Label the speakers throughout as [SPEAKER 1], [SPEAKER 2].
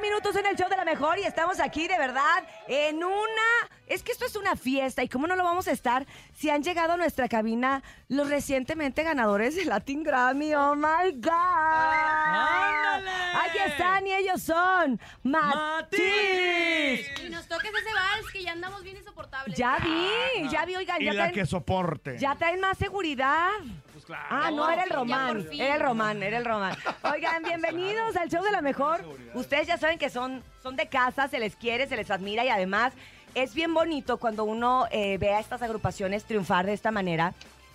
[SPEAKER 1] minutos en el show de la mejor y estamos aquí de verdad en una... Es que esto es una fiesta y cómo no lo vamos a estar si han llegado a nuestra cabina los recientemente ganadores del Latin Grammy. ¡Oh, my God!
[SPEAKER 2] ¡Ándale!
[SPEAKER 1] Aquí están y ellos son Matiz.
[SPEAKER 3] Y nos toques ese vals que ya andamos bien insoportables. Ah.
[SPEAKER 1] Ya vi, ya vi, oigan,
[SPEAKER 4] Y
[SPEAKER 1] ya
[SPEAKER 4] la que
[SPEAKER 1] traen,
[SPEAKER 4] soporte.
[SPEAKER 1] ya traen más seguridad.
[SPEAKER 4] Pues claro.
[SPEAKER 1] Ah, no,
[SPEAKER 3] por
[SPEAKER 1] era el
[SPEAKER 3] fin, ya
[SPEAKER 1] Román.
[SPEAKER 3] por fin.
[SPEAKER 1] Era el Román, era el Román. Oigan, bienvenidos al show de la mejor. Ustedes ya saben que son, son de casa, se les quiere, se les admira y además es bien bonito cuando uno eh, ve a estas agrupaciones triunfar de esta manera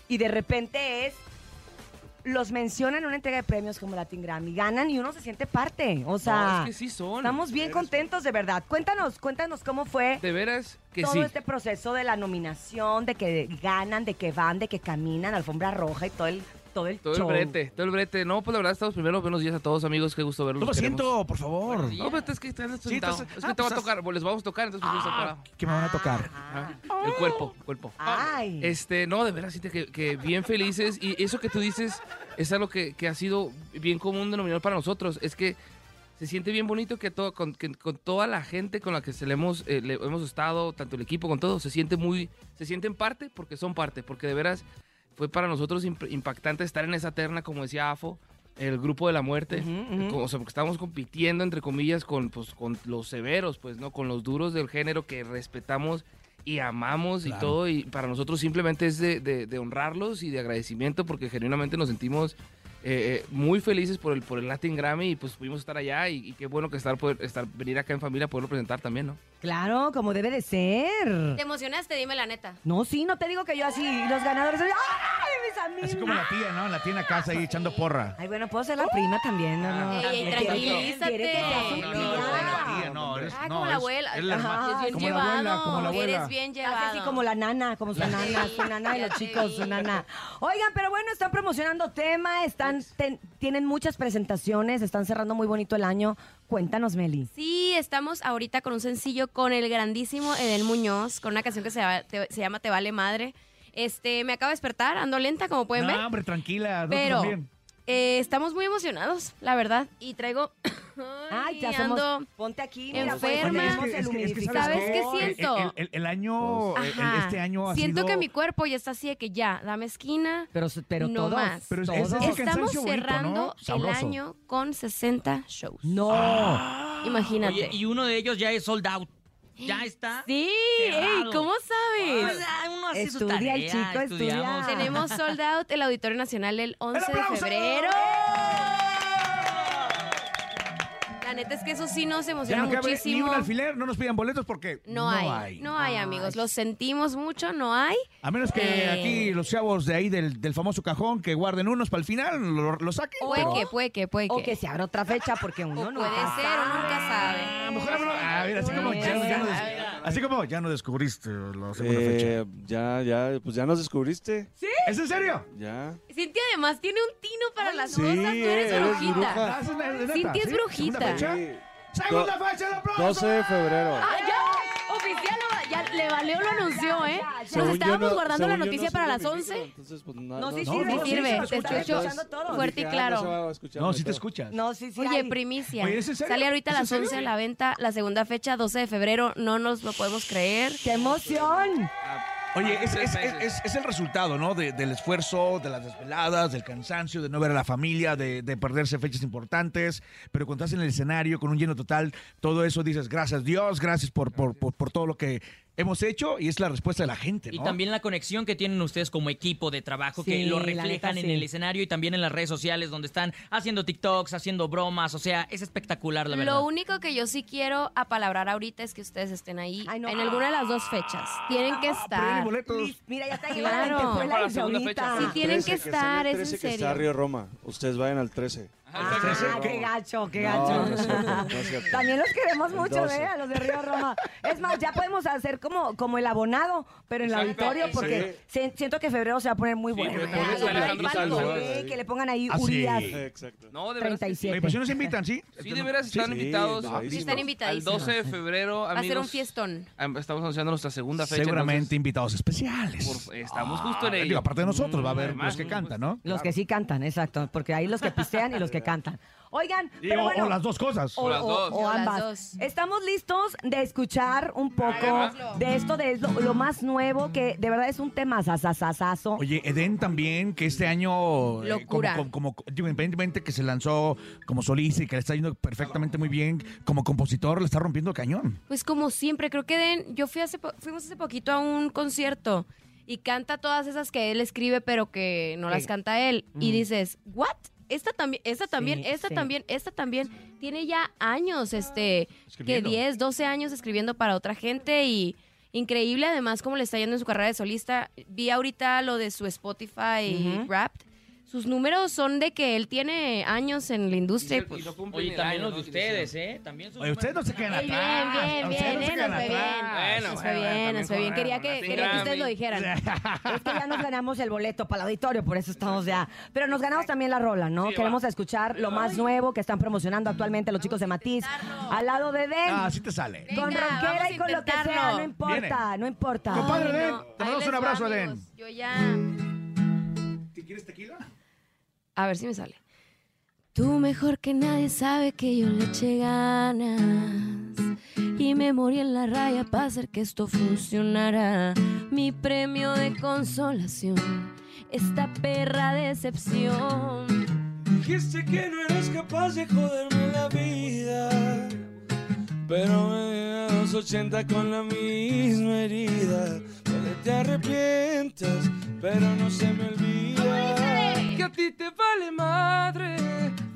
[SPEAKER 1] y de repente es. Los mencionan en una entrega de premios como Latin Grammy, ganan y uno se siente parte. O
[SPEAKER 3] Ah,
[SPEAKER 1] sea,
[SPEAKER 2] es que sí son.
[SPEAKER 1] estamos bien contentos de verdad. Cuéntanos, cuéntanos cómo fue
[SPEAKER 2] De veras que
[SPEAKER 1] todo
[SPEAKER 2] sí.
[SPEAKER 1] este proceso de la nominación, de que ganan, de que van, de que caminan, alfombra roja y todo el todo el
[SPEAKER 2] Todo el
[SPEAKER 1] show.
[SPEAKER 2] brete, todo el brete. No, pues la verdad, estamos primero. Buenos días a todos, amigos. Qué gusto verlos.
[SPEAKER 4] Toma
[SPEAKER 2] los queremos. ah.
[SPEAKER 4] asiento, por favor.
[SPEAKER 2] No, pero es que estás
[SPEAKER 4] Sí,
[SPEAKER 2] sentado.
[SPEAKER 4] estás-
[SPEAKER 2] Es
[SPEAKER 4] ah,
[SPEAKER 2] que te va
[SPEAKER 4] pues,
[SPEAKER 2] a
[SPEAKER 4] Ah.
[SPEAKER 2] tocar, pues, les vamos a tocar, entonces pues, yo estoy parado.
[SPEAKER 4] Que me van a tocar.
[SPEAKER 1] Ah,
[SPEAKER 2] El cuerpo, cuerpo.
[SPEAKER 1] Ay.
[SPEAKER 2] Este, no, de veras, sí, que, que bien felices. Y eso que tú dices es algo que, que ha sido bien común denominador para nosotros. Es que se siente bien bonito que, todo, con, que con toda la gente con la que se le hemos, eh, le hemos estado, tanto el equipo, con todo, se siente muy, se sienten parte porque son parte, porque de veras fue para nosotros imp- impactante estar en esa terna, como decía Afo, el grupo de la muerte,
[SPEAKER 1] Ujú, ujú.
[SPEAKER 2] co- o sea, porque estábamos compitiendo, entre comillas, con, pues, con los severos, pues, ¿no? Con los duros del género que respetamos y amamos y
[SPEAKER 4] Claro.
[SPEAKER 2] todo, y para nosotros simplemente es de, de- de honrarlos y de agradecimiento porque genuinamente nos sentimos eh, eh, muy felices por el, por el Latin Grammy y pues pudimos estar allá y, y qué bueno que estar, poder, estar venir acá en familia, poderlo presentar también, ¿no?
[SPEAKER 1] Claro, como debe de ser.
[SPEAKER 3] ¿Te emocionaste? Dime la neta.
[SPEAKER 1] No, sí, no te digo que yo así y los ganadores son- ay, mis amigos.
[SPEAKER 4] Así como la tía, ¿no? La tía en la casa ahí echando porra.
[SPEAKER 1] Ay, bueno, puedo ser la prima también, no, no.
[SPEAKER 3] Ey, ey,
[SPEAKER 1] Quiere que-
[SPEAKER 3] tranquilízate.
[SPEAKER 1] quiere que seas su
[SPEAKER 3] No,
[SPEAKER 4] no, no, la
[SPEAKER 1] tía.
[SPEAKER 4] tía, no, eres- no,
[SPEAKER 3] Ah, como la
[SPEAKER 4] eres-
[SPEAKER 3] abuela.
[SPEAKER 4] eres la
[SPEAKER 3] Ajá,
[SPEAKER 4] hermana.
[SPEAKER 3] eres bien
[SPEAKER 4] Como la
[SPEAKER 3] llevado.
[SPEAKER 4] abuela, como la abuela.
[SPEAKER 3] Eres bien
[SPEAKER 1] Hace
[SPEAKER 3] llevado.
[SPEAKER 1] así como la nana, como su nana, su nana de los
[SPEAKER 3] Ya
[SPEAKER 1] chicos, su
[SPEAKER 3] vi.
[SPEAKER 1] nana. Oigan, pero bueno, están promocionando tema, están
[SPEAKER 3] Pues.
[SPEAKER 1] ten- tienen muchas presentaciones, están cerrando muy bonito el año. Cuéntanos, Meli.
[SPEAKER 3] Sí, estamos ahorita con un sencillo con el grandísimo Edel Muñoz, con una canción que se, va- te- se llama Te Vale Madre. Este, me acabo de despertar, ando lenta, como pueden ver.
[SPEAKER 4] No, hombre, tranquila. nosotros
[SPEAKER 3] Pero
[SPEAKER 4] también.
[SPEAKER 3] eh, estamos muy emocionados, la verdad. Y traigo.
[SPEAKER 1] Ay, ya
[SPEAKER 4] Eh,
[SPEAKER 3] ando-
[SPEAKER 1] somos. Ponte aquí, mira, pues,
[SPEAKER 3] enferma.
[SPEAKER 4] Oye, es
[SPEAKER 1] tenemos
[SPEAKER 4] que-
[SPEAKER 1] el
[SPEAKER 4] es que- es que
[SPEAKER 1] humidificador.
[SPEAKER 3] ¿sabes qué
[SPEAKER 4] El- el-
[SPEAKER 3] siento? Pues,
[SPEAKER 4] El, el año, el-
[SPEAKER 3] Ajá.
[SPEAKER 4] este año ha
[SPEAKER 3] Siento
[SPEAKER 4] sido-
[SPEAKER 3] que mi cuerpo ya está así de que ya, dame esquina.
[SPEAKER 1] Pero, pero
[SPEAKER 3] No
[SPEAKER 1] todos,
[SPEAKER 3] más.
[SPEAKER 4] Pero es-
[SPEAKER 1] todos.
[SPEAKER 4] es- es-
[SPEAKER 3] Estamos
[SPEAKER 4] cansancio bonito, ¿no?
[SPEAKER 3] cerrando el
[SPEAKER 4] Sabroso.
[SPEAKER 3] año con 60 shows.
[SPEAKER 1] No.
[SPEAKER 3] Ah, Imagínate.
[SPEAKER 5] Oye, y uno de ellos ya es sold out. Ya está.
[SPEAKER 3] Sí,
[SPEAKER 5] cerrado.
[SPEAKER 3] ey, ¿cómo
[SPEAKER 5] Pues,
[SPEAKER 3] sabes?
[SPEAKER 5] ah, uno hace sus
[SPEAKER 1] Estudia el
[SPEAKER 5] tareas,
[SPEAKER 1] chico,
[SPEAKER 5] estudiamos.
[SPEAKER 1] estudia.
[SPEAKER 3] Tenemos sold out el Auditorio Nacional el 11 de
[SPEAKER 4] aplauso! ¡Eh!
[SPEAKER 3] febrero. La neta es que eso sí nos
[SPEAKER 4] Ya
[SPEAKER 3] emociona
[SPEAKER 4] no cabe ni
[SPEAKER 3] muchísimo.
[SPEAKER 4] un alfiler, no nos pidan boletos porque
[SPEAKER 3] No hay, no hay, amigos. Lo sentimos mucho, no hay.
[SPEAKER 4] A menos que
[SPEAKER 3] Eh.
[SPEAKER 4] aquí los chavos de ahí del, del famoso cajón que guarden unos para el final, lo, lo saquen.
[SPEAKER 3] Puede
[SPEAKER 4] pero-
[SPEAKER 3] que, puede que, puede
[SPEAKER 1] O que
[SPEAKER 3] que.
[SPEAKER 1] se abra otra fecha porque
[SPEAKER 3] O
[SPEAKER 1] uno no
[SPEAKER 3] puede ser, uno nunca
[SPEAKER 4] A lo
[SPEAKER 3] sabe.
[SPEAKER 4] Ah, mejor abro- a ver, así como ya, ya no, des- así como ya no descubriste la segunda fecha.
[SPEAKER 6] Eh, ya, ya, pues ya nos descubriste.
[SPEAKER 4] ¿Es en serio?
[SPEAKER 6] Ya.
[SPEAKER 3] Cintia además tiene un tino para las
[SPEAKER 6] sí,
[SPEAKER 3] cosas, tú eres
[SPEAKER 6] eres
[SPEAKER 3] brujita.
[SPEAKER 6] bruja.
[SPEAKER 4] Ah, es una- es neta,
[SPEAKER 3] Cintia es
[SPEAKER 4] ¿sí?
[SPEAKER 3] brujita.
[SPEAKER 4] ¿Segunda fecha?
[SPEAKER 6] Sí.
[SPEAKER 4] ¡Segunda
[SPEAKER 6] Do-
[SPEAKER 4] fecha, el aplauso!
[SPEAKER 6] 12 de febrero.
[SPEAKER 3] Ah, ya, oficial, lo- ya le valió, lo anunció, ¿eh? Nos
[SPEAKER 6] Según yo
[SPEAKER 3] estábamos
[SPEAKER 6] no-
[SPEAKER 3] guardando la
[SPEAKER 6] según yo no
[SPEAKER 3] noticia
[SPEAKER 6] se
[SPEAKER 3] para las
[SPEAKER 6] publicó,
[SPEAKER 3] 11.
[SPEAKER 6] entonces, pues, na-
[SPEAKER 1] No, sí
[SPEAKER 6] no-
[SPEAKER 1] sirve,
[SPEAKER 4] no, sí,
[SPEAKER 1] sirve.
[SPEAKER 4] sí, lo
[SPEAKER 1] te estoy
[SPEAKER 4] escucho.
[SPEAKER 1] escuchando
[SPEAKER 4] escuchando
[SPEAKER 1] todo.
[SPEAKER 3] Fuerte y
[SPEAKER 6] Dije, ah,
[SPEAKER 3] claro.
[SPEAKER 6] No, se va a escuchar,
[SPEAKER 4] No, si te
[SPEAKER 6] pero-
[SPEAKER 4] escuchas.
[SPEAKER 1] No, sí, sí.
[SPEAKER 3] Oye,
[SPEAKER 1] hay.
[SPEAKER 3] primicia.
[SPEAKER 4] Oye, ¿es en serio?
[SPEAKER 3] Sale ahorita a
[SPEAKER 4] ¿Es en
[SPEAKER 3] las 11 de
[SPEAKER 4] serio?
[SPEAKER 3] la venta, la segunda fecha, 12 de febrero. No nos lo podemos creer.
[SPEAKER 1] ¡Qué emoción!
[SPEAKER 4] Oye, es,
[SPEAKER 2] Tres
[SPEAKER 4] es- es-
[SPEAKER 2] meses.
[SPEAKER 4] es- es el resultado, ¿no? De- del esfuerzo, de las desveladas, del cansancio, de no ver a la familia, de, de perderse fechas importantes. Pero cuando estás en el escenario con un lleno total, todo eso dices, gracias Dios, gracias por, por, por- por todo lo que hemos hecho. Y es la respuesta de la gente, ¿no?
[SPEAKER 5] Y también la conexión que tienen ustedes como equipo de trabajo,
[SPEAKER 1] Sí,
[SPEAKER 5] que lo
[SPEAKER 1] la
[SPEAKER 5] reflejan
[SPEAKER 1] neta,
[SPEAKER 5] en
[SPEAKER 1] sí.
[SPEAKER 5] el escenario y también en las redes sociales, donde están haciendo TikToks, haciendo bromas. O sea, es espectacular, la verdad.
[SPEAKER 3] Lo único que yo sí quiero apalabrar ahorita es que ustedes estén ahí
[SPEAKER 1] Ay, no.
[SPEAKER 3] en alguna de las dos fechas. Tienen que
[SPEAKER 4] Ah, Pero ya ni
[SPEAKER 3] estar.
[SPEAKER 4] boletos.
[SPEAKER 1] Liz, Mira, ya está
[SPEAKER 3] Claro.
[SPEAKER 1] llegando
[SPEAKER 2] Para la
[SPEAKER 1] la
[SPEAKER 2] segunda
[SPEAKER 1] ahorita.
[SPEAKER 2] fecha,
[SPEAKER 3] Sí
[SPEAKER 6] El
[SPEAKER 3] tienen que
[SPEAKER 6] 13, sea
[SPEAKER 3] estar,
[SPEAKER 6] el
[SPEAKER 3] es
[SPEAKER 6] 13
[SPEAKER 3] en
[SPEAKER 6] que está
[SPEAKER 3] serio.
[SPEAKER 6] Río Roma. Ustedes vayan al 13.
[SPEAKER 1] Ah, qué gacho, qué
[SPEAKER 6] No,
[SPEAKER 1] gacho.
[SPEAKER 6] no es cierto, no es cierto.
[SPEAKER 1] También los queremos
[SPEAKER 6] El
[SPEAKER 1] mucho,
[SPEAKER 6] 12.
[SPEAKER 1] ¿eh? A los de Río Roma. Es más, ya podemos hacer como, como el abonado, pero en el
[SPEAKER 2] Exacto.
[SPEAKER 1] auditorio, porque se- siento que febrero se va a poner muy bueno.
[SPEAKER 2] porque
[SPEAKER 1] ¿eh?
[SPEAKER 2] también
[SPEAKER 3] está
[SPEAKER 1] Algo,
[SPEAKER 3] Alejandro
[SPEAKER 1] algo,
[SPEAKER 6] Salvo.
[SPEAKER 1] sí,
[SPEAKER 6] Salvo.
[SPEAKER 1] Que le pongan ahí
[SPEAKER 4] Ah, sí.
[SPEAKER 1] Urias
[SPEAKER 6] Exacto.
[SPEAKER 2] No, de veras. que sí.
[SPEAKER 1] 37.
[SPEAKER 4] Oye, pues si nos invitan, ¿sí?
[SPEAKER 2] Sí, de veras están
[SPEAKER 6] Sí,
[SPEAKER 2] invitados.
[SPEAKER 6] padrísimo.
[SPEAKER 3] Están
[SPEAKER 2] Al
[SPEAKER 3] invitadísimos.
[SPEAKER 2] 12 de febrero,
[SPEAKER 3] Va a ser un
[SPEAKER 2] amigos,
[SPEAKER 3] fiestón.
[SPEAKER 2] am- estamos anunciando nuestra segunda fecha.
[SPEAKER 4] Seguramente
[SPEAKER 2] entonces,
[SPEAKER 4] invitados especiales.
[SPEAKER 2] por- estamos justo en
[SPEAKER 4] Ah,
[SPEAKER 2] ello.
[SPEAKER 4] digo, aparte de nosotros, va a haber
[SPEAKER 2] Además,
[SPEAKER 4] los que cantan, ¿no?
[SPEAKER 1] Los que sí cantan, exacto, porque hay los que pistean y los que cantan. Oigan,
[SPEAKER 4] Y
[SPEAKER 1] pero
[SPEAKER 4] o,
[SPEAKER 1] bueno,
[SPEAKER 4] o las dos cosas.
[SPEAKER 1] o-
[SPEAKER 2] las
[SPEAKER 1] o-
[SPEAKER 2] dos.
[SPEAKER 1] o
[SPEAKER 3] O las
[SPEAKER 1] ambas.
[SPEAKER 3] dos.
[SPEAKER 1] Estamos listos de escuchar un poco
[SPEAKER 3] Hagámoslo.
[SPEAKER 1] de esto, de lo, lo más nuevo, que de verdad es un tema sasasasazo.
[SPEAKER 4] Oye, Eden también, que este año, eh,
[SPEAKER 3] Locura.
[SPEAKER 4] como, como- como- digo, independientemente que se lanzó como solista y que le está yendo perfectamente muy bien, como compositor le está rompiendo el cañón.
[SPEAKER 3] Pues como siempre, creo que Den, yo fui hace po- fuimos hace poquito a un concierto y canta todas esas que él escribe pero que no las
[SPEAKER 1] Sí.
[SPEAKER 3] canta él y
[SPEAKER 1] Mm.
[SPEAKER 3] dices, "What? Esta también, esta también,
[SPEAKER 1] Sí,
[SPEAKER 3] esta
[SPEAKER 1] sí.
[SPEAKER 3] también, esta también tiene ya años este que
[SPEAKER 4] Escribiendo.
[SPEAKER 3] 10, 12 años escribiendo para otra gente y increíble además cómo le está yendo en su carrera de solista. Vi ahorita lo de su Spotify
[SPEAKER 1] Ujú.
[SPEAKER 3] Wrapped. Sus números son de que él tiene años en la industria. y
[SPEAKER 2] Y
[SPEAKER 3] pues,
[SPEAKER 2] no cumplen
[SPEAKER 5] Oye,
[SPEAKER 2] el
[SPEAKER 5] también
[SPEAKER 2] año,
[SPEAKER 5] los de
[SPEAKER 2] ¿no? Que
[SPEAKER 5] ustedes,
[SPEAKER 2] hicieron.
[SPEAKER 5] ¿eh? También sus
[SPEAKER 4] Oye, ustedes no se quedan
[SPEAKER 3] Bien,
[SPEAKER 4] atrás.
[SPEAKER 3] bien,
[SPEAKER 4] Ustedes
[SPEAKER 3] bien,
[SPEAKER 4] no se
[SPEAKER 3] eh,
[SPEAKER 4] quedan
[SPEAKER 3] nos fue
[SPEAKER 4] atrás.
[SPEAKER 3] bien.
[SPEAKER 2] Bueno,
[SPEAKER 3] Nos fue
[SPEAKER 2] bueno,
[SPEAKER 3] bien,
[SPEAKER 4] también
[SPEAKER 3] nos fue bien.
[SPEAKER 4] fue
[SPEAKER 3] Quería
[SPEAKER 4] bueno,
[SPEAKER 3] que,
[SPEAKER 2] sin
[SPEAKER 3] quería que ustedes
[SPEAKER 2] Grammy.
[SPEAKER 3] lo
[SPEAKER 4] Ah,
[SPEAKER 3] dijeran.
[SPEAKER 1] Es que ya nos ganamos el boleto para el auditorio, por eso estamos ya. Pero nos ganamos también la rola, ¿no?
[SPEAKER 2] Sí,
[SPEAKER 1] Queremos
[SPEAKER 2] va.
[SPEAKER 1] escuchar lo más nuevo que están promocionando actualmente los chicos de Matiz.
[SPEAKER 3] intentarlo.
[SPEAKER 1] Al lado de Den.
[SPEAKER 4] Ah, así te sale.
[SPEAKER 3] Venga,
[SPEAKER 1] con
[SPEAKER 3] vamos
[SPEAKER 1] ronquera
[SPEAKER 3] a
[SPEAKER 1] y con lo que sea,
[SPEAKER 3] intentarlo.
[SPEAKER 1] no importa,
[SPEAKER 4] Viene.
[SPEAKER 1] no importa.
[SPEAKER 4] Compadre,
[SPEAKER 3] Ay,
[SPEAKER 4] Den,
[SPEAKER 3] no.
[SPEAKER 4] te
[SPEAKER 3] Ahí
[SPEAKER 4] mandamos
[SPEAKER 3] les
[SPEAKER 4] un
[SPEAKER 3] va,
[SPEAKER 4] abrazo, Mm.
[SPEAKER 3] amigos.
[SPEAKER 4] Den.
[SPEAKER 3] Yo ya.
[SPEAKER 4] ¿Quieres tequila?
[SPEAKER 3] A ver si me sale. Tú mejor que nadie sabe que yo le eché ganas y me morí en la raya para hacer que esto funcionara. Mi premio de consolación, esta perra decepción.
[SPEAKER 6] Dijiste que no eras capaz de joderme la vida. Pero me dio a los 80 con la misma herida. Donde te arrepientas, pero no se me olvida.
[SPEAKER 2] Que a ti te vale madre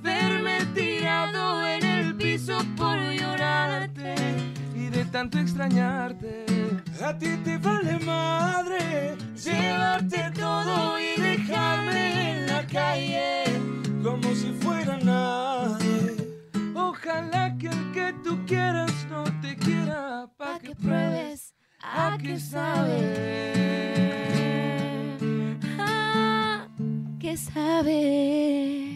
[SPEAKER 2] verme tirado en el piso por llorarte y de tanto extrañarte.
[SPEAKER 6] A ti te vale madre llevarte todo y dejarme en la calle como si fuera nadie.
[SPEAKER 2] Ojalá que el que tú quieras no te quiera pa'
[SPEAKER 3] Pa' que pruebes a
[SPEAKER 1] ah,
[SPEAKER 3] que sabe. A que sabe.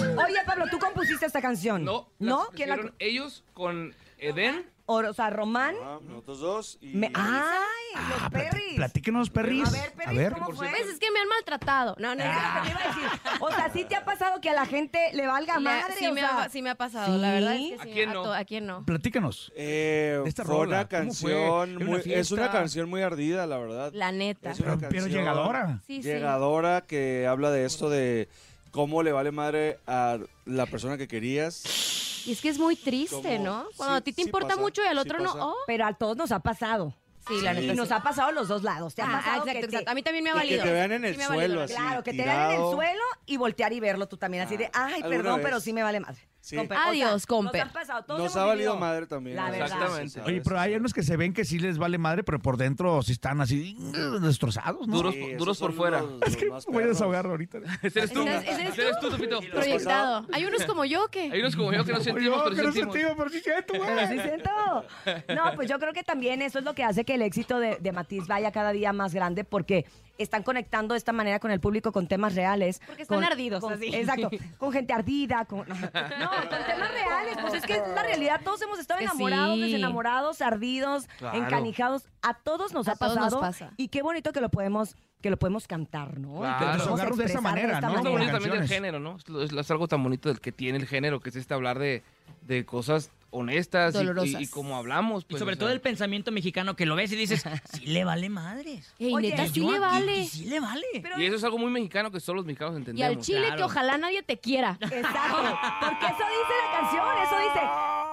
[SPEAKER 1] Oye, Pablo, tú compusiste esta canción.
[SPEAKER 2] No,
[SPEAKER 1] ¿No?
[SPEAKER 2] las
[SPEAKER 1] ¿Quién la
[SPEAKER 2] hicieron ellos con Eden.
[SPEAKER 1] o, o sea, Román?
[SPEAKER 6] Ah, nosotros dos y...
[SPEAKER 1] me- ah. ¡Ay! los perris.
[SPEAKER 4] Ah, Platíquenos, perris.
[SPEAKER 1] A ver, perris, ¿cómo fue?
[SPEAKER 3] Pues es que me han maltratado. No, no,
[SPEAKER 1] Eso es lo que te iba a decir. O sea, ¿sí te ha pasado que a Ah. la gente le valga
[SPEAKER 3] Sí me ha-
[SPEAKER 1] madre?
[SPEAKER 3] sí,
[SPEAKER 1] o
[SPEAKER 3] me
[SPEAKER 1] sea,
[SPEAKER 3] ha, sí me ha pasado,
[SPEAKER 1] ¿sí?
[SPEAKER 3] la verdad es que
[SPEAKER 2] ¿A
[SPEAKER 3] sí,
[SPEAKER 2] quién no?
[SPEAKER 3] to- ¿A quién no?
[SPEAKER 4] Platícanos.
[SPEAKER 6] Eh,
[SPEAKER 4] De esta
[SPEAKER 6] fue
[SPEAKER 4] rola,
[SPEAKER 6] una
[SPEAKER 4] ¿cómo fue?
[SPEAKER 6] canción
[SPEAKER 4] ¿Era una
[SPEAKER 6] muy, es una
[SPEAKER 4] fiesta?
[SPEAKER 6] canción muy ardida, la verdad.
[SPEAKER 3] La neta.
[SPEAKER 6] Es una
[SPEAKER 4] Pero- pero
[SPEAKER 6] canción
[SPEAKER 4] llegadora.
[SPEAKER 3] Sí, sí.
[SPEAKER 6] Llegadora que habla de esto de cómo le vale madre a la persona que querías.
[SPEAKER 3] Y es que es muy triste,
[SPEAKER 6] Como-
[SPEAKER 3] ¿no?
[SPEAKER 6] sí,
[SPEAKER 3] Cuando a ti te
[SPEAKER 6] sí
[SPEAKER 3] importa
[SPEAKER 6] pasa,
[SPEAKER 3] mucho y al
[SPEAKER 6] sí
[SPEAKER 3] otro no.
[SPEAKER 6] pasa.
[SPEAKER 3] Oh,
[SPEAKER 1] Pero a todos nos ha pasado.
[SPEAKER 3] sí, la neta.
[SPEAKER 1] Y
[SPEAKER 3] sí.
[SPEAKER 1] nos ha pasado a los dos lados. ¿Te ha
[SPEAKER 3] Ah,
[SPEAKER 1] pasado
[SPEAKER 3] exacto,
[SPEAKER 1] que te-
[SPEAKER 3] exacto. A mí también me ha
[SPEAKER 6] Y que
[SPEAKER 3] valido.
[SPEAKER 6] te vean en el
[SPEAKER 3] Sí me ha valido,
[SPEAKER 6] suelo,
[SPEAKER 3] la
[SPEAKER 6] así.
[SPEAKER 3] neta.
[SPEAKER 1] Claro, que te dan en el
[SPEAKER 6] tirado. Ah,
[SPEAKER 1] suelo y voltear y verlo tú también. Así de, ay,
[SPEAKER 6] ¿alguna
[SPEAKER 1] perdón,
[SPEAKER 6] vez?
[SPEAKER 1] pero sí me vale madre.
[SPEAKER 6] Sí.
[SPEAKER 1] Comper. O sea,
[SPEAKER 3] Adiós,
[SPEAKER 1] Nos,
[SPEAKER 3] comper.
[SPEAKER 1] han pasado, todos
[SPEAKER 6] Nos
[SPEAKER 1] hemos
[SPEAKER 6] ha valido
[SPEAKER 1] vivido.
[SPEAKER 6] madre también.
[SPEAKER 1] La
[SPEAKER 6] o sea,
[SPEAKER 1] verdad.
[SPEAKER 2] Exactamente.
[SPEAKER 6] ¿sabes?
[SPEAKER 4] Oye, pero hay unos que se ven que sí les vale madre, pero por dentro sí están así mm, destrozados, ¿no?
[SPEAKER 2] Duros.
[SPEAKER 6] esos
[SPEAKER 2] duros por
[SPEAKER 6] son
[SPEAKER 2] fuera.
[SPEAKER 6] los-
[SPEAKER 4] Es que
[SPEAKER 6] los más
[SPEAKER 4] voy a
[SPEAKER 6] perros.
[SPEAKER 4] desahogar ahorita.
[SPEAKER 2] Ese eres tú.
[SPEAKER 3] ¿Ese eres- ese eres
[SPEAKER 2] Ese eres tú, Tupito.
[SPEAKER 3] Proyectado. Hay unos como yo
[SPEAKER 2] Hay
[SPEAKER 3] que.
[SPEAKER 2] unos como yo que no sentimos,
[SPEAKER 4] Yo,
[SPEAKER 2] pero
[SPEAKER 4] que
[SPEAKER 2] sí
[SPEAKER 4] no
[SPEAKER 2] sentimos.
[SPEAKER 4] sentimos, pero sí siento, güey.
[SPEAKER 1] Pero sí siento. No, pues yo creo que también eso es lo que hace que el éxito de, de Matiz vaya cada día más grande porque están conectando de esta manera con el público con temas reales.
[SPEAKER 3] Porque están
[SPEAKER 1] con-
[SPEAKER 3] ardidos,
[SPEAKER 1] con-
[SPEAKER 3] así.
[SPEAKER 1] Exacto. Con gente ardida. Con, no, con temas reales. Pues es que es la realidad. Todos hemos estado
[SPEAKER 3] Que
[SPEAKER 1] enamorados,
[SPEAKER 3] sí.
[SPEAKER 1] desenamorados, ardidos,
[SPEAKER 2] Claro.
[SPEAKER 1] encanijados. A todos nos
[SPEAKER 3] A
[SPEAKER 1] ha
[SPEAKER 3] todos
[SPEAKER 1] pasado.
[SPEAKER 3] nos pasa.
[SPEAKER 1] Y qué bonito que lo podemos que lo podemos cantar, ¿no? Y que
[SPEAKER 2] Claro.
[SPEAKER 1] lo podemos
[SPEAKER 4] Desahogarnos de esa
[SPEAKER 1] expresar
[SPEAKER 4] manera,
[SPEAKER 1] esta
[SPEAKER 4] ¿no?
[SPEAKER 2] Es lo
[SPEAKER 4] Como
[SPEAKER 2] bonito también del
[SPEAKER 4] canciones.
[SPEAKER 2] género, ¿no? Es, lo- es- es algo tan bonito del que tiene el género, que es este hablar de, de cosas honestas y- y,
[SPEAKER 3] Dolorosas.
[SPEAKER 2] y como hablamos.
[SPEAKER 5] Y
[SPEAKER 2] pues,
[SPEAKER 5] sobre
[SPEAKER 2] o
[SPEAKER 5] todo
[SPEAKER 2] sea.
[SPEAKER 5] el pensamiento mexicano que lo ves y dices, sí le vale madres.
[SPEAKER 3] Ey,
[SPEAKER 1] Oye,
[SPEAKER 3] neta,
[SPEAKER 5] Y
[SPEAKER 3] sí
[SPEAKER 5] yo
[SPEAKER 3] le
[SPEAKER 5] aquí, que
[SPEAKER 3] vale.
[SPEAKER 5] Sí le vale.
[SPEAKER 2] Y eso es algo muy mexicano que solo los mexicanos
[SPEAKER 3] Y al
[SPEAKER 2] entendemos.
[SPEAKER 3] chile que
[SPEAKER 5] claro.
[SPEAKER 3] ojalá nadie te quiera.
[SPEAKER 1] Exacto. Porque eso dice la canción, eso dice.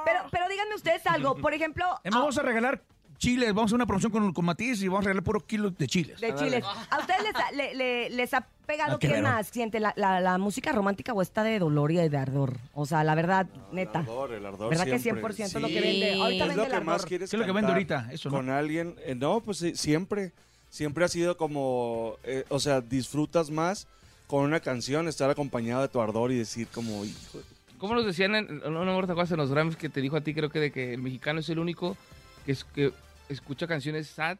[SPEAKER 1] Pero, pero díganme ustedes algo. Por ejemplo,
[SPEAKER 4] Emma, Vamos a regalar chiles, vamos a hacer una promoción con, con Matiz y vamos a regalar puro kilo de chiles.
[SPEAKER 1] de chiles. ¿A ustedes les ha, le- le- les ha pegado
[SPEAKER 4] Ah, qué
[SPEAKER 1] qué
[SPEAKER 4] vero.
[SPEAKER 1] más? ¿Siente la, la- la música romántica o esta de dolor y de ardor? O sea, la verdad, neta.
[SPEAKER 6] El ardor, el ardor
[SPEAKER 1] ¿Verdad que
[SPEAKER 6] siempre.
[SPEAKER 1] 100% es lo que
[SPEAKER 6] Sí.
[SPEAKER 1] vende? Ahorita
[SPEAKER 6] Es
[SPEAKER 1] vende
[SPEAKER 6] lo
[SPEAKER 1] el
[SPEAKER 6] que
[SPEAKER 1] ardor.
[SPEAKER 6] más quieres
[SPEAKER 4] ¿Qué es lo que vende
[SPEAKER 6] cantar
[SPEAKER 4] ahorita? Eso, ¿no?
[SPEAKER 6] Con alguien. Eh, no, pues sí, siempre. Siempre ha sido como. eh, o sea, disfrutas más con una canción, estar acompañado de tu ardor y decir, como, hijo.
[SPEAKER 2] ¿Cómo nos decían en, no, no me acuerdo, ¿te acuerdas en los Grammys que te dijo a ti, creo que de que el mexicano es el único que, es- que escucha canciones sad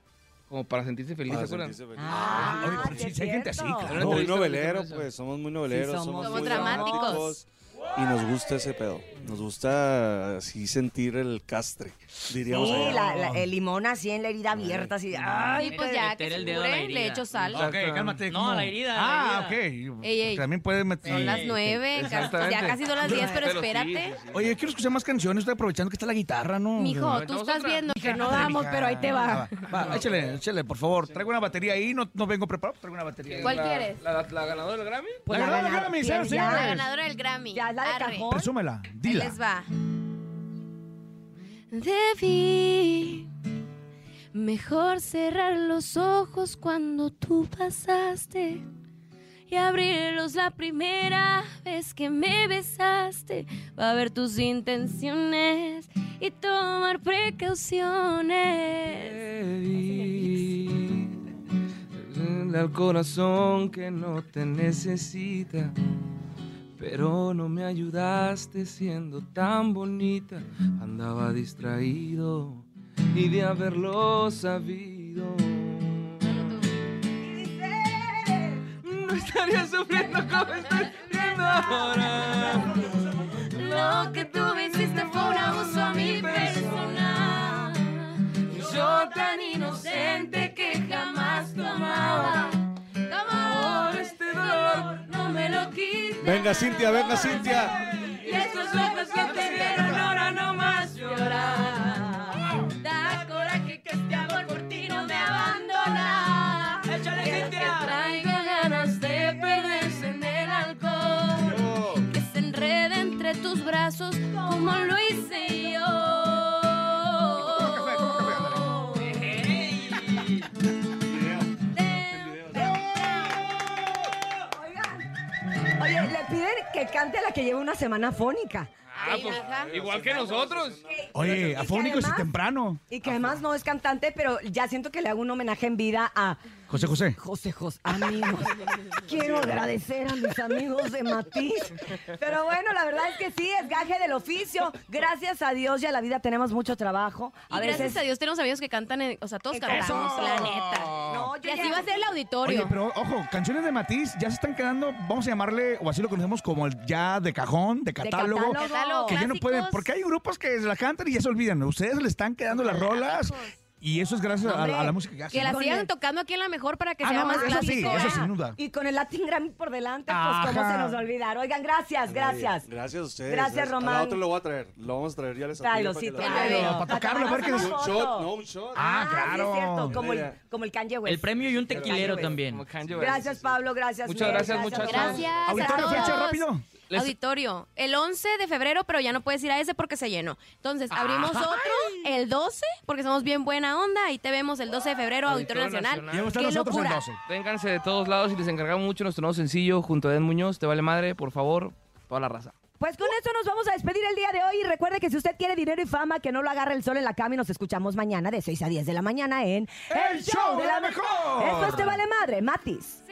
[SPEAKER 2] como para sentirse feliz, ¿se
[SPEAKER 6] para
[SPEAKER 2] acuerdan?
[SPEAKER 6] sentirse feliz.
[SPEAKER 1] Ah,
[SPEAKER 4] Oye, pero
[SPEAKER 1] sí
[SPEAKER 4] sí,
[SPEAKER 1] es
[SPEAKER 4] sí hay gente así,
[SPEAKER 1] cierto.
[SPEAKER 4] claro.
[SPEAKER 2] Una
[SPEAKER 6] No, muy
[SPEAKER 2] entrevista
[SPEAKER 6] novelero,
[SPEAKER 2] mexicana,
[SPEAKER 6] pues. Somos muy noveleros.
[SPEAKER 1] Sí, somos-
[SPEAKER 6] somos,
[SPEAKER 3] Somos
[SPEAKER 6] muy
[SPEAKER 3] dramáticos.
[SPEAKER 6] dramáticos. Y nos gusta ese pedo.
[SPEAKER 7] Nos gusta así sentir el castre, diríamos.
[SPEAKER 1] Sí,
[SPEAKER 7] allá.
[SPEAKER 1] la- la- el limón así en la herida abierta, así. Ay,
[SPEAKER 3] Y pues
[SPEAKER 1] pues,
[SPEAKER 3] ya,
[SPEAKER 5] meter
[SPEAKER 3] que se
[SPEAKER 5] el dedo a la
[SPEAKER 3] cure, le
[SPEAKER 5] herida.
[SPEAKER 3] echo sal.
[SPEAKER 2] Ah,
[SPEAKER 4] Ok, cálmate.
[SPEAKER 5] No, a la herida, a
[SPEAKER 4] Ah,
[SPEAKER 5] la
[SPEAKER 4] ok.
[SPEAKER 3] Ey, ey.
[SPEAKER 4] También puedes meter.
[SPEAKER 3] Son las
[SPEAKER 5] Sí,
[SPEAKER 3] nueve, ca-
[SPEAKER 2] Exactamente.
[SPEAKER 3] ya casi son las diez, pero
[SPEAKER 2] sí,
[SPEAKER 3] espérate.
[SPEAKER 2] sí, sí.
[SPEAKER 4] Oye, yo quiero escuchar más canciones. Estoy aprovechando que está la guitarra, ¿no?
[SPEAKER 3] Mijo, tú
[SPEAKER 2] Vamos
[SPEAKER 3] estás
[SPEAKER 2] otra.
[SPEAKER 3] viendo que no
[SPEAKER 4] Madre,
[SPEAKER 3] vamos,
[SPEAKER 4] mija.
[SPEAKER 3] pero ahí te va.
[SPEAKER 4] Va, va, échale, échale, por favor. Traigo una batería ahí, no, no vengo preparado, traigo una batería. ahí.
[SPEAKER 3] ¿Cuál
[SPEAKER 2] La-
[SPEAKER 3] quieres?
[SPEAKER 2] La, la ganadora del Grammy.
[SPEAKER 1] Pues
[SPEAKER 4] la
[SPEAKER 1] la
[SPEAKER 4] ganadora,
[SPEAKER 1] ganadora,
[SPEAKER 4] Grammy,
[SPEAKER 1] tiene
[SPEAKER 4] señoras y
[SPEAKER 1] ya.
[SPEAKER 4] señores.
[SPEAKER 3] La ganadora del Grammy.
[SPEAKER 1] ya es la de
[SPEAKER 3] Arre.
[SPEAKER 1] cajón.
[SPEAKER 4] ¿eh? Presúmela,
[SPEAKER 3] Ahí
[SPEAKER 4] dila.
[SPEAKER 3] les va. Debí mejor cerrar los ojos cuando tú pasaste y abrirlos la primera vez que me besaste Va a ver tus intenciones y tomar precauciones.
[SPEAKER 2] Al corazón que no te necesita, pero no me ayudaste siendo tan bonita. Andaba distraído y de haberlo sabido. No estaría sufriendo como estoy sufriendo ahora.
[SPEAKER 3] Lo que tú me hiciste fue un abuso a mi persona. Yo tan inocente que jamás tomaba. Amor, este dolor no me lo quita.
[SPEAKER 7] Venga, Cintia, venga, Cintia.
[SPEAKER 3] Y estos ojos que te vieron ahora no más llorar. Da coraje que este amor por ti no me abandona. Échale, Cintia. Que traiga ganas de perderse en el alcohol que se enrede entre tus brazos como lo hice yo.
[SPEAKER 1] Oigan, Oye, le piden que cante a la que lleva una semana fónica.
[SPEAKER 2] Ah, pues, igual que nosotros.
[SPEAKER 1] Y que
[SPEAKER 4] Oye, afónicos y
[SPEAKER 1] además-
[SPEAKER 4] temprano.
[SPEAKER 1] Y que además no es cantante, pero ya siento que le hago un homenaje en vida a
[SPEAKER 4] José José.
[SPEAKER 1] José José, amigos. Quiero agradecer a mis amigos de Matiz. Pero bueno, la verdad es que sí, es gaje del oficio. Gracias a Dios y a la vida tenemos mucho trabajo.
[SPEAKER 3] Y gracias a Dios tenemos amigos que cantan, en- o sea, todos cantamos, la neta.
[SPEAKER 1] No, yo
[SPEAKER 3] Y así
[SPEAKER 1] ya-
[SPEAKER 3] va a ser el auditorio.
[SPEAKER 4] Oye, pero ojo, canciones de Matiz ya se están quedando, vamos a llamarle, o así lo conocemos como el ya de cajón, de catálogo.
[SPEAKER 1] catálogo.
[SPEAKER 3] Catálogo,
[SPEAKER 4] que ya no
[SPEAKER 3] clásicos.
[SPEAKER 4] pueden, porque hay grupos que la cantan y ya se olvidan. Ustedes le están quedando las rolas y eso es gracias a, a la música que
[SPEAKER 3] Que
[SPEAKER 4] hacen.
[SPEAKER 3] la
[SPEAKER 4] ¿no?
[SPEAKER 3] sigan tocando aquí en la mejor para que
[SPEAKER 4] Ah,
[SPEAKER 3] sea
[SPEAKER 4] no,
[SPEAKER 3] más
[SPEAKER 4] eso sí,
[SPEAKER 3] clásico.
[SPEAKER 4] eso
[SPEAKER 3] ¿verdad?
[SPEAKER 4] sin duda.
[SPEAKER 1] Y con el Latin Grammy por delante, pues cómo
[SPEAKER 4] Ajá.
[SPEAKER 1] se nos va a olvidar. Oigan, gracias, gracias.
[SPEAKER 7] Gracias a ustedes.
[SPEAKER 1] Gracias,
[SPEAKER 7] A
[SPEAKER 1] Román.
[SPEAKER 7] la otra lo voy a traer. Lo vamos a traer, ya les
[SPEAKER 1] Tráelo,
[SPEAKER 7] aviso
[SPEAKER 1] sí,
[SPEAKER 7] para que
[SPEAKER 3] tráelo.
[SPEAKER 7] lo-
[SPEAKER 3] Ay, no,
[SPEAKER 1] tráelo.
[SPEAKER 4] para tocarlo,
[SPEAKER 1] Para
[SPEAKER 4] porque-
[SPEAKER 7] Un
[SPEAKER 1] tomarnos foto.
[SPEAKER 7] shot, no, un shot.
[SPEAKER 4] Ah,
[SPEAKER 1] sí,
[SPEAKER 4] claro.
[SPEAKER 1] es cierto, como el, como el Kanye West.
[SPEAKER 5] El premio y un tequilero
[SPEAKER 1] Ay,
[SPEAKER 5] también.
[SPEAKER 1] Gracias, Pablo, gracias.
[SPEAKER 2] Muchas
[SPEAKER 1] Mel,
[SPEAKER 2] gracias, muchachos.
[SPEAKER 3] Gracias a
[SPEAKER 4] Auditorio,
[SPEAKER 3] todos.
[SPEAKER 4] fecha, rápido.
[SPEAKER 2] Les-
[SPEAKER 3] Auditorio, el 11 de febrero, pero ya no puedes ir a ese porque se llenó. Entonces, abrimos otro el 12, porque somos bien buena onda. Ahí te vemos el 12 de febrero, Auditorio,
[SPEAKER 2] Auditorio
[SPEAKER 3] Nacional.
[SPEAKER 2] Nacional.
[SPEAKER 4] Y vamos a estar
[SPEAKER 3] ¡Qué
[SPEAKER 4] nosotros
[SPEAKER 3] locura!
[SPEAKER 4] en 12.
[SPEAKER 2] Vénganse de todos lados y les encargamos mucho nuestro nuevo sencillo junto a Ed Muñoz. Te vale madre, por favor, toda la raza.
[SPEAKER 1] Pues
[SPEAKER 4] Uh.
[SPEAKER 1] con esto nos vamos a despedir el día de hoy. Y recuerde que si usted quiere dinero y fama, que no lo agarre el sol en la cama. Y nos escuchamos mañana de 6 a 10 de la mañana en
[SPEAKER 4] ¡El Show de la Mejor!
[SPEAKER 1] Esto es Te Vale Madre, Matis.